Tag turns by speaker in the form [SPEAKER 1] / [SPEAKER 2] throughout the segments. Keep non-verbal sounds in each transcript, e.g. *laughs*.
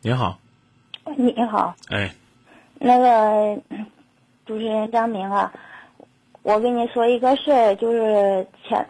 [SPEAKER 1] 您好，
[SPEAKER 2] 你好，
[SPEAKER 1] 哎，
[SPEAKER 2] 那个主持人张明啊，我跟你说一个事儿，就是前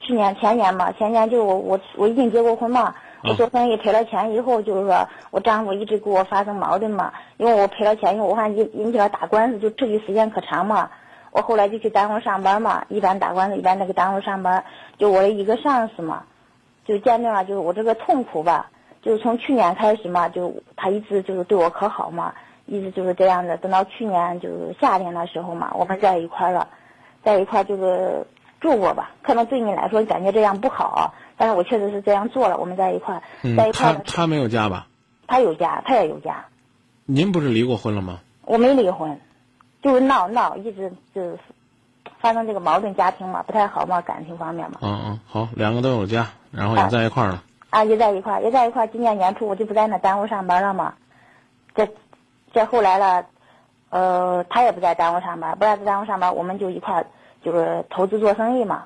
[SPEAKER 2] 去年前年吧，前年就我我我已经结过婚嘛，我做生意赔了钱以后，就是说我丈夫一直跟我发生矛盾嘛，因为我赔了钱以后，我还引引起了打官司，就持续时间可长嘛。我后来就去单位上班嘛，一般打官司，一般那个单位上班，就我的一个上司嘛，就见证了就是我这个痛苦吧，就是从去年开始嘛，就他一直就是对我可好嘛，一直就是这样的。等到去年就是夏天的时候嘛，我们在一块儿了，在一块儿就是住过吧。可能对你来说感觉这样不好啊，但是我确实是这样做了。我们在一块儿，
[SPEAKER 1] 嗯
[SPEAKER 2] 在一，块
[SPEAKER 1] 他
[SPEAKER 2] 儿的时候，
[SPEAKER 1] 他没有家吧？
[SPEAKER 2] 他有家，他也有家，
[SPEAKER 1] 您不是离过婚了吗？
[SPEAKER 2] 我没离婚，就是闹闹，一直就是发生这个矛盾，家庭嘛不太好嘛，感情方面嘛，
[SPEAKER 1] 嗯嗯，好，两个都有家，然后也
[SPEAKER 2] 啊
[SPEAKER 1] 在一块儿了。
[SPEAKER 2] 啊也在一块儿，也在一块儿。今年年初我就不在那单位上班了嘛，这这后来了，呃，他也不在单位上班，不在单位上班，我们就一块儿就是投资做生意嘛。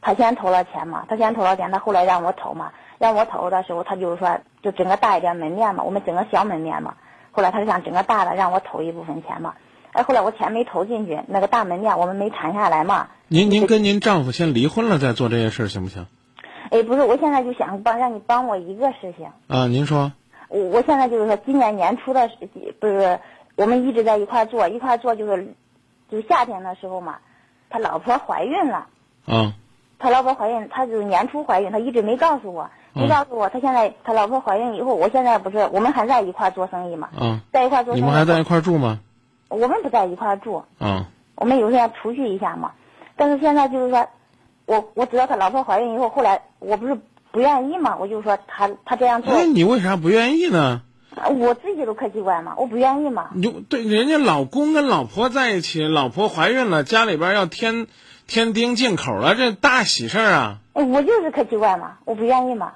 [SPEAKER 2] 他先投了钱嘛，他先投了钱，他后来让我投嘛，让我投的时候，他就是说就整个大一点门面嘛，我们整个小门面嘛。后来他就想整个大的让我投一部分钱嘛，哎，后来我钱没投进去，那个大门面我们没谈下来嘛。
[SPEAKER 1] 您您跟您丈夫先离婚了再做这些事儿行不行？
[SPEAKER 2] 哎，不是，我现在就想帮让你帮我一个事情，
[SPEAKER 1] 啊，您说，
[SPEAKER 2] 我我现在就是说今年年初的时不是我们一直在一块儿做，一块儿做就是就夏天的时候嘛，他老婆怀孕了。
[SPEAKER 1] 啊
[SPEAKER 2] 他老婆怀孕，他就是年初怀孕，他一直没告诉我，
[SPEAKER 1] 嗯
[SPEAKER 2] 没告诉我。他现在他老婆怀孕以后，我现在不是我们还在一块儿做生意嘛，
[SPEAKER 1] 啊，
[SPEAKER 2] 在一块儿做
[SPEAKER 1] 你
[SPEAKER 2] 生意。
[SPEAKER 1] 们还在一块儿住吗？
[SPEAKER 2] 我们不在一块儿住，
[SPEAKER 1] 啊，
[SPEAKER 2] 我们有时候要储蓄一下嘛。但是现在就是说，我我知道他老婆怀孕以后，后来我不是不愿意嘛，我就说他他这样做，
[SPEAKER 1] 那哎你为啥不愿意呢？
[SPEAKER 2] 我自己都可奇怪嘛，我不愿意嘛。
[SPEAKER 1] 你就对人家老公跟老婆在一起，老婆怀孕了，家里边要添添丁进口了，这大喜事儿啊！
[SPEAKER 2] 哎我就是可奇怪嘛，我不愿意嘛，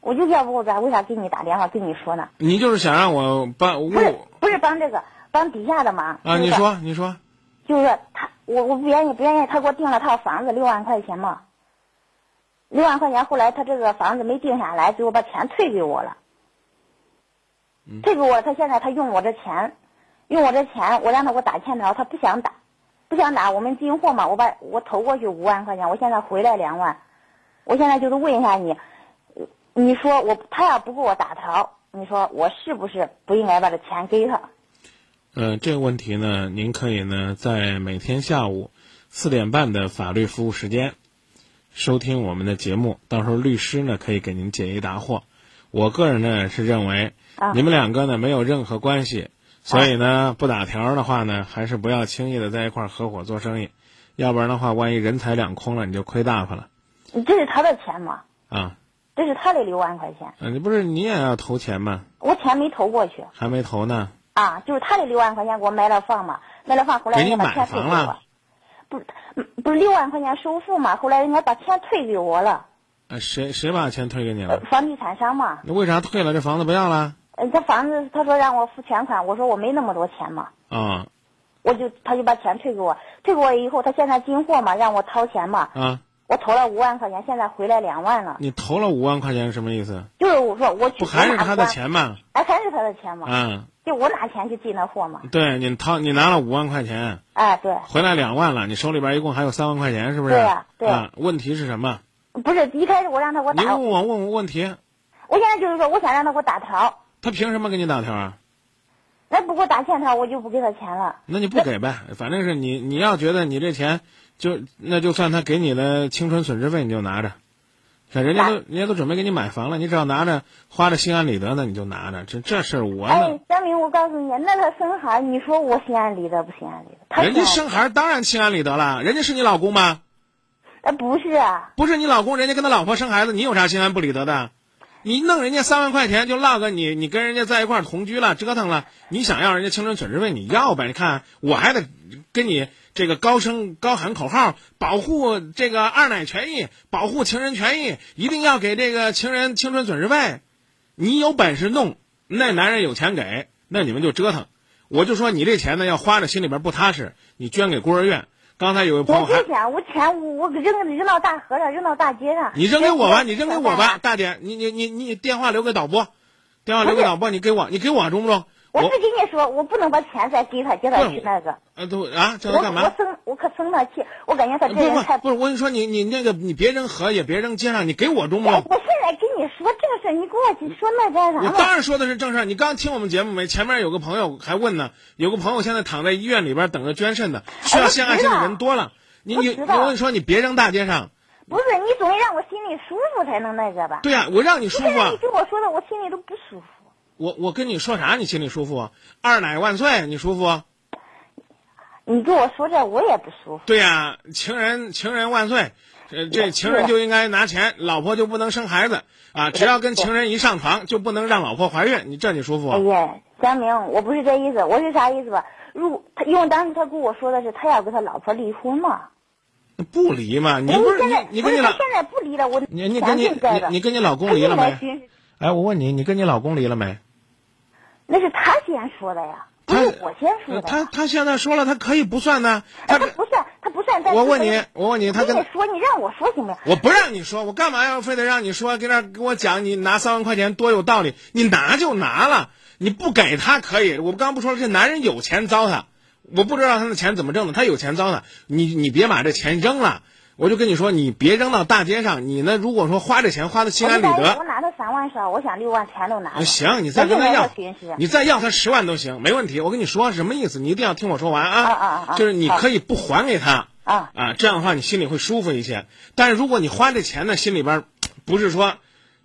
[SPEAKER 2] 我就要不我咋为啥给你打电话跟你说呢？
[SPEAKER 1] 你就是想让我帮
[SPEAKER 2] 不是
[SPEAKER 1] 我
[SPEAKER 2] 不是帮这个，帮底下的忙。
[SPEAKER 1] 啊？
[SPEAKER 2] 就是
[SPEAKER 1] 你说，你说，
[SPEAKER 2] 就是说他，我我不愿意，不愿意。他给我订了套房子，六万块钱嘛。六万块钱，后来他这个房子没定下来，最后把钱退给我了。退给我，他现在他用我这钱，用我这钱，我让他给我打欠条，他不想打，不想打。我们进货嘛，我把我投过去五万块钱，我现在回来两万，我现在就是问一下你，你说我他要不给我打条，你说我是不是不应该把这钱给他？
[SPEAKER 1] 呃，这个问题呢，您可以呢在每天下午四点半的法律服务时间收听我们的节目，到时候律师呢可以给您解疑答惑。我个人呢是认为
[SPEAKER 2] 啊，
[SPEAKER 1] 你们两个呢没有任何关系，所以呢不打条儿的话呢，还是不要轻易的在一块儿合伙做生意，要不然的话，万一人财两空了，你就亏大发了
[SPEAKER 2] 这是他的钱嘛？
[SPEAKER 1] 啊！
[SPEAKER 2] 这是他的六万块钱，
[SPEAKER 1] 呃，你不是你也要投钱吗？
[SPEAKER 2] 我钱没投过去
[SPEAKER 1] 还没投呢，
[SPEAKER 2] 啊，就是他的六万块钱给我买了房嘛，买了房后来
[SPEAKER 1] 给你
[SPEAKER 2] 人家把
[SPEAKER 1] 买
[SPEAKER 2] 钱退给
[SPEAKER 1] 房
[SPEAKER 2] 我
[SPEAKER 1] 了，
[SPEAKER 2] 不是嗯不是六万块钱首付嘛，后来人家把钱退给我了，
[SPEAKER 1] 呃，谁谁把钱退给你
[SPEAKER 2] 呃
[SPEAKER 1] 了？
[SPEAKER 2] 房地产商嘛，
[SPEAKER 1] 那为啥退了？这房子不要了？
[SPEAKER 2] 呃这房子他说让我付全款，我说我没那么多钱嘛，
[SPEAKER 1] 啊、
[SPEAKER 2] 我就他就把钱退给我，退给我以后他现在进货嘛，让我掏钱嘛，
[SPEAKER 1] 啊，
[SPEAKER 2] 我投了五万块钱，现在回来两万了，
[SPEAKER 1] 你投了五万块钱是什么意思？
[SPEAKER 2] 就是我说我去
[SPEAKER 1] 不还是
[SPEAKER 2] 我拿
[SPEAKER 1] 他的
[SPEAKER 2] 不完，
[SPEAKER 1] 钱吗？
[SPEAKER 2] 哎还是他的钱嘛，
[SPEAKER 1] 啊，
[SPEAKER 2] 就我拿钱去进的货嘛，
[SPEAKER 1] 对你掏你拿了五万块钱，
[SPEAKER 2] 哎对。
[SPEAKER 1] 回来两万了，你手里边一共还有三万块钱，是不是？
[SPEAKER 2] 对呀对
[SPEAKER 1] 啊，问题是什么？
[SPEAKER 2] 不是一开始我让他给我
[SPEAKER 1] 您
[SPEAKER 2] 打，
[SPEAKER 1] 问我问我问题，
[SPEAKER 2] 我现在就是说我想让他给我打条，
[SPEAKER 1] 他凭什么给你打条啊？
[SPEAKER 2] 那不给我打欠条，我就不给他钱了。
[SPEAKER 1] 那你不给呗，反正是你你要觉得你这钱就那就算他给你的青春损失费，你就拿着。看人家都人家都准备给你买房了，你只要拿着花着心安理得的，你就拿着。这这事儿我
[SPEAKER 2] 哎
[SPEAKER 1] 呢，，
[SPEAKER 2] 张明，我告诉你，那他生孩，你说我心安理得不心安理得？他
[SPEAKER 1] 人家
[SPEAKER 2] 心
[SPEAKER 1] 生
[SPEAKER 2] 安
[SPEAKER 1] 孩儿当然心安理得了，人家是你老公吗？
[SPEAKER 2] 呃不是啊，
[SPEAKER 1] 不是你老公，人家跟他老婆生孩子，你有啥心安不理得的？你弄人家三万块钱就落个你，你跟人家在一块儿同居了，折腾了，你想要人家青春损失费，你要呗？你看我还得跟你这个高声高喊口号，保护这个二奶权益，保护情人权益，一定要给这个情人青春损失费。你有本事弄，那男人有钱给，那你们就折腾。我就说你这钱呢，要花着心里边不踏实，你捐给孤儿院。刚才有位朋
[SPEAKER 2] 我
[SPEAKER 1] 友还
[SPEAKER 2] 就想我钱我我给扔扔到大河上，扔到大街上。 *laughs*
[SPEAKER 1] 你扔给我吧，
[SPEAKER 2] 人
[SPEAKER 1] 你扔给我吧，。大姐，你你你你电话留给导播，电话留给老婆，你给我，你给我中不中？
[SPEAKER 2] 我是跟你说，我不能把钱再给他，叫他去那个。
[SPEAKER 1] 呃，都啊，叫
[SPEAKER 2] 我
[SPEAKER 1] 他干嘛呃
[SPEAKER 2] 我？生我可生他气，我感觉他这
[SPEAKER 1] 不是
[SPEAKER 2] 人
[SPEAKER 1] 不
[SPEAKER 2] 太
[SPEAKER 1] 是不是，我跟你说，你你那个你别扔河也别扔街上，你给我中不
[SPEAKER 2] 我
[SPEAKER 1] 中？
[SPEAKER 2] 哎我现在跟你说这个事儿，你给我说那干啥
[SPEAKER 1] 我
[SPEAKER 2] 了？
[SPEAKER 1] 当然说的是正事儿。你刚听我们节目没？前面有个朋友还问呢，有个朋友现在躺在医院里边等着捐肾的，
[SPEAKER 2] 哎
[SPEAKER 1] 需要献爱心的人多了。你你
[SPEAKER 2] 我知
[SPEAKER 1] 我
[SPEAKER 2] 道
[SPEAKER 1] 跟你说，你别扔大街上。
[SPEAKER 2] 不是，你总得让我心里舒服才能那个吧？
[SPEAKER 1] 对呀、我让你舒
[SPEAKER 2] 现
[SPEAKER 1] 服
[SPEAKER 2] 在
[SPEAKER 1] 啊
[SPEAKER 2] 你！跟我说的，我心里都不舒服。啊
[SPEAKER 1] 我我跟你说啥，你心里舒服？啊二奶万岁，你舒服？啊
[SPEAKER 2] 你跟我说这，我也不舒服。
[SPEAKER 1] 对呀、情人情人万岁！呃，这
[SPEAKER 2] 也
[SPEAKER 1] 情人
[SPEAKER 2] 是
[SPEAKER 1] 就应该拿钱，老婆就不能生孩子
[SPEAKER 2] 哎
[SPEAKER 1] 啊！只要跟情人一上床，就不能让老婆怀孕，你这你舒服？
[SPEAKER 2] 哎呀，江明，我不是这意思，我是啥意思吧？如他，因为当时他跟我说的是他要跟他老婆离婚嘛。
[SPEAKER 1] 不离嘛？你
[SPEAKER 2] 哎
[SPEAKER 1] 不是
[SPEAKER 2] 现
[SPEAKER 1] 你
[SPEAKER 2] 在
[SPEAKER 1] 你
[SPEAKER 2] 不
[SPEAKER 1] 跟
[SPEAKER 2] 是
[SPEAKER 1] 你
[SPEAKER 2] 他
[SPEAKER 1] 老
[SPEAKER 2] 现在不离了，我
[SPEAKER 1] 你你跟你
[SPEAKER 2] 全是这
[SPEAKER 1] 你
[SPEAKER 2] 个
[SPEAKER 1] 你跟你老公离了没？哎，我问你，你跟你老公离了没？
[SPEAKER 2] 那是他先说的呀，不
[SPEAKER 1] 他
[SPEAKER 2] 是我先说
[SPEAKER 1] 呃
[SPEAKER 2] 的。
[SPEAKER 1] 他他现在说了，他可以不算呢。他
[SPEAKER 2] 哎他不算，他不算。但是
[SPEAKER 1] 我问你
[SPEAKER 2] 我，
[SPEAKER 1] 我问你，他
[SPEAKER 2] 跟你
[SPEAKER 1] 跟
[SPEAKER 2] 说，你让我说行不行？
[SPEAKER 1] 我不让你说，我干嘛要非得让你说？跟那儿跟我讲，你拿三万块钱多有道理，你拿就拿了，你不给他可以。我刚不说了，这男人有钱糟蹋，我不知道他的钱怎么挣的，他有钱糟蹋，你你别把这钱扔了。我就跟你说，你别扔到大街上。你呢，如果说花这钱花的心
[SPEAKER 2] 我
[SPEAKER 1] 安
[SPEAKER 2] 一
[SPEAKER 1] 理
[SPEAKER 2] 般我
[SPEAKER 1] 得，
[SPEAKER 2] 拿他三万少，我想六万全都拿
[SPEAKER 1] 啊
[SPEAKER 2] 了。
[SPEAKER 1] 行，你再跟他
[SPEAKER 2] 我现在
[SPEAKER 1] 要
[SPEAKER 2] 要寻思，
[SPEAKER 1] 你再要他十万都行，没问题。我跟你说什么意思，你一定要听我说完啊。
[SPEAKER 2] 啊啊啊
[SPEAKER 1] 就是你
[SPEAKER 2] 好
[SPEAKER 1] 可以不还给他
[SPEAKER 2] 啊
[SPEAKER 1] 这样的话你心里会舒服一些。但是如果你花这钱呢，心里边儿不是说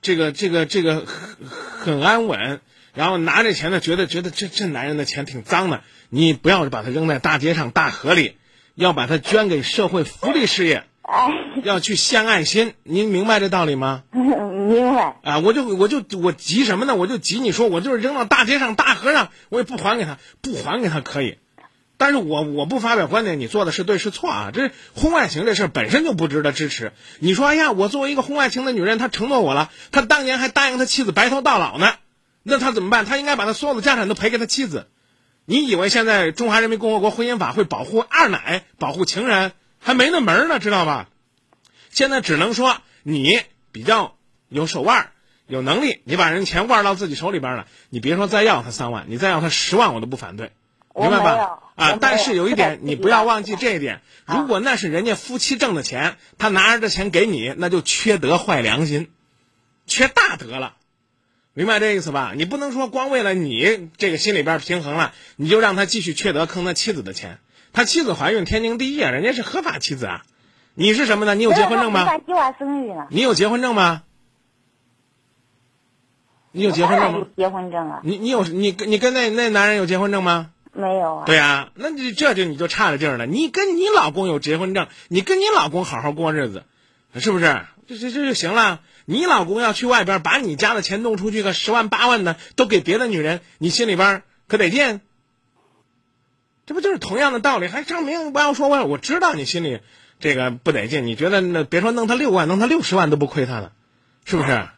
[SPEAKER 1] 这个这个这个很很安稳，然后拿这钱呢，觉得觉得这这男人的钱挺脏的，你不要把它扔在大街上、大河里，要把它捐给社会福利事业，
[SPEAKER 2] 哎， *laughs*
[SPEAKER 1] 要去献爱心。您明白这道理吗？
[SPEAKER 2] 明白。
[SPEAKER 1] 啊，我就我就我急什么呢？我就急你说，我就是扔到大街上、大河上，我也不还给他，不还给他可以。但是我我不发表观点，你做的是对是错啊？这婚外情这事儿本身就不值得支持。你说，哎呀，我作为一个婚外情的女人，她承诺我了，她当年还答应他妻子白头到老呢，那他怎么办？他应该把他所有的家产都赔给他妻子。你以为现在中华人民共和国婚姻法会保护二奶、保护情人，还没那门儿呢，知道吧？现在只能说你比较有手腕儿、有能力，你把人钱腕到自己手里边儿了，你别说再要他三万，你再要他十万，我都不反对，
[SPEAKER 2] 我
[SPEAKER 1] 明白
[SPEAKER 2] 没
[SPEAKER 1] 吧？
[SPEAKER 2] 有我没
[SPEAKER 1] 啊
[SPEAKER 2] 有，
[SPEAKER 1] 但是有一
[SPEAKER 2] 是啊
[SPEAKER 1] 点
[SPEAKER 2] 的
[SPEAKER 1] 你不要忘记这一点，如果那是人家夫妻挣的钱，他拿着这钱给你，那就缺德坏良心，缺大德了。明白这意思吧？你不能说光为了你这个心里边平衡了，你就让他继续缺德坑他妻子的钱。他妻子怀孕天经地义啊，人家是合法妻子啊。你是什么呢？你有结婚证吗？
[SPEAKER 2] 计划生育呢？
[SPEAKER 1] 你有结婚证吗？你有结婚证
[SPEAKER 2] 我哪有
[SPEAKER 1] 吗？
[SPEAKER 2] 结婚证啊？
[SPEAKER 1] 你你有你跟你跟那那男人有结婚证吗？
[SPEAKER 2] 没有啊。
[SPEAKER 1] 对呀、那你这就你就差了劲儿了。你跟你老公有结婚证，你跟你老公好好过日子，是不是？这这这就行了。你老公要去外边把你家的钱弄出去个十万八万的，都给别的女人，你心里边可得劲。这不就是同样的道理？还张明不要说我，我知道你心里这个不得劲，你觉得那别说弄他六万，弄他六十万都不亏他了，是不是？啊，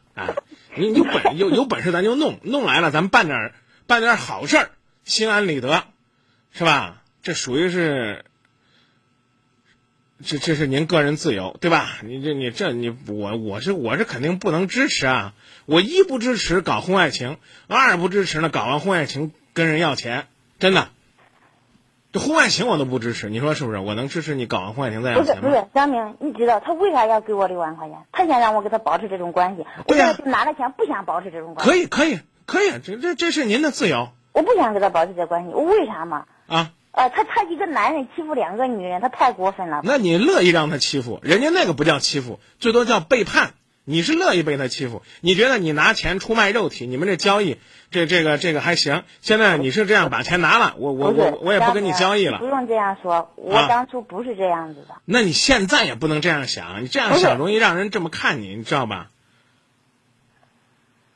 [SPEAKER 1] 你你有本有有本事咱就弄，弄来了咱办点儿办点儿好事儿，心安理得，是吧？这属于是，这这是您个人自由，对吧？你这你这你我我是我是肯定不能支持啊！我一不支持搞婚外情，二不支持呢搞完婚外情跟人要钱，真的。这婚外情我都不支持，你说是不是？我能支持你搞完婚外情再要
[SPEAKER 2] 不是
[SPEAKER 1] 钱
[SPEAKER 2] 不
[SPEAKER 1] 吗？
[SPEAKER 2] 是，张明，你知道他为啥要给我六万块钱？他想让我跟他保持这种关系。我
[SPEAKER 1] 对呀
[SPEAKER 2] 现在就拿了钱，不想保持这种关系。
[SPEAKER 1] 可以可以可以，这这这是您的自由
[SPEAKER 2] 我不想跟他保持这关系，我为啥嘛？
[SPEAKER 1] 啊！
[SPEAKER 2] 呃，他他一个男人欺负两个女人，他太过分了。
[SPEAKER 1] 那你乐意让他欺负，人家那个不叫欺负，最多叫背叛。你是乐意被他欺负，你觉得你拿钱出卖肉体，你们这交易，这这个这个还行。现在你是这样把钱拿了，我我
[SPEAKER 2] 不是嗯
[SPEAKER 1] 我我也不跟你
[SPEAKER 2] 张明
[SPEAKER 1] 交易
[SPEAKER 2] 不
[SPEAKER 1] 了。
[SPEAKER 2] 用这样说，
[SPEAKER 1] 啊
[SPEAKER 2] 我当初不是这样子
[SPEAKER 1] *laughs*
[SPEAKER 2] 的。
[SPEAKER 1] 那你现在也不能这样想，你这样
[SPEAKER 2] 不是
[SPEAKER 1] 想容易让人这么看你，你知道吧？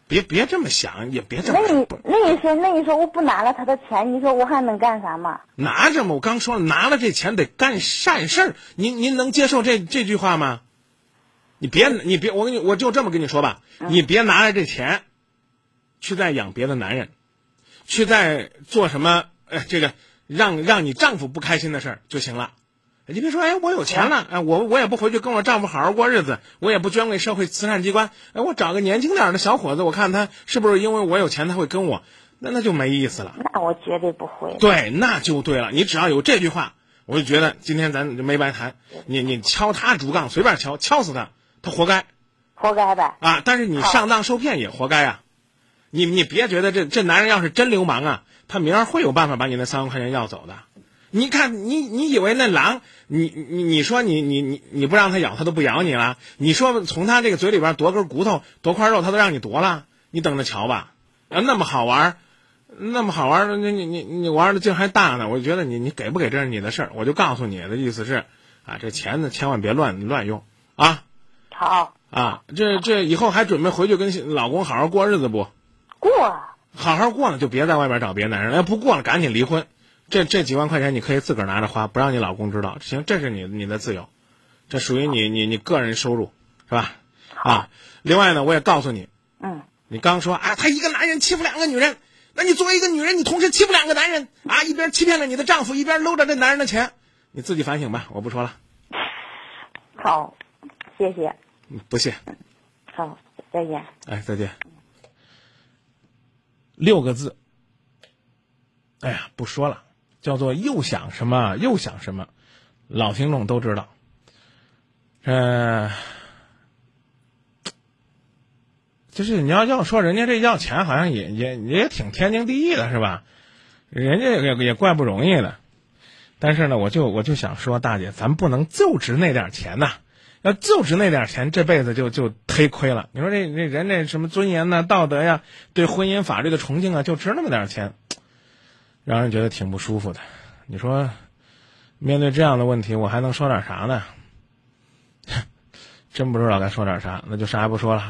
[SPEAKER 1] 别别这么想，也别这么
[SPEAKER 2] 那你
[SPEAKER 1] 不是
[SPEAKER 2] 那你说那你说我不拿了他的钱，你说我还能干啥嘛？
[SPEAKER 1] 拿着嘛。我刚说了，拿了这钱得干善事儿。您您能接受这这句话吗？你别你别，我跟你我就这么跟你说吧，你别拿着这钱，去再养别的男人，去再做什么呃这个让让你丈夫不开心的事儿就行了。你别说，哎，我有钱了，哎，我我也不回去跟我丈夫好好过日子，我也不捐给社会慈善机关，哎，我找个年轻点儿的小伙子，我看他是不是因为我有钱他会跟我，那那就没意思了。
[SPEAKER 2] 那我绝对不会。
[SPEAKER 1] 对，那就对了。你只要有这句话，我就觉得今天咱就没白谈。你你敲他竹杠，随便敲，敲死他，他活该
[SPEAKER 2] 活该呗。
[SPEAKER 1] 啊！但是你上当受骗也活该啊！你你别觉得这这男人要是真流氓啊，他明儿会有办法把你那三万块钱要走的。你看，你你以为那狼，你你你说你你你你不让他咬，他都不咬你了。你说从他这个嘴里边夺根骨头、夺块肉，他都让你夺了，你等着瞧吧。啊，那么好玩儿，那么好玩儿，你你你你玩的劲儿还大呢。我觉得你你给不给这是你的事儿，我就告诉你的意思是，啊，这钱呢千万别乱乱用啊
[SPEAKER 2] 好
[SPEAKER 1] 啊！这这以后还准备回去跟老公好好过日子不？
[SPEAKER 2] 过，
[SPEAKER 1] 好好过了就别在外边找别的男人，要不过了赶紧离婚。这这几万块钱你可以自个儿拿着花，不让你老公知道。行，这是你你的自由，这属于你你你个人收入是吧？啊，另外呢，我也告诉你，
[SPEAKER 2] 嗯，
[SPEAKER 1] 你刚说啊，他一个男人欺负两个女人，那你作为一个女人，你同时欺负两个男人啊，一边欺骗了你的丈夫，一边搂着这男人的钱，你自己反省吧，我不说了，
[SPEAKER 2] 好，谢谢，
[SPEAKER 1] 嗯不谢，
[SPEAKER 2] 好，再见。
[SPEAKER 1] 哎，再见。六个字，哎呀，不说了，叫做又想什么又想什么，老听众都知道。呃，就是你要要说人家这要钱，好像也也也挺天经地义的，是吧？人家也也怪不容易的。但是呢，我就我就想说，大姐，咱不能就值那点钱呐、要就值那点钱，这辈子就就忒亏了。你说这这人这什么尊严呐、道德呀、对婚姻法律的崇敬啊，就值那么点钱，让人觉得挺不舒服的。你说，面对这样的问题，我 *laughs* 还能说点啥呢？真不知道该说点啥，那就啥也不说了。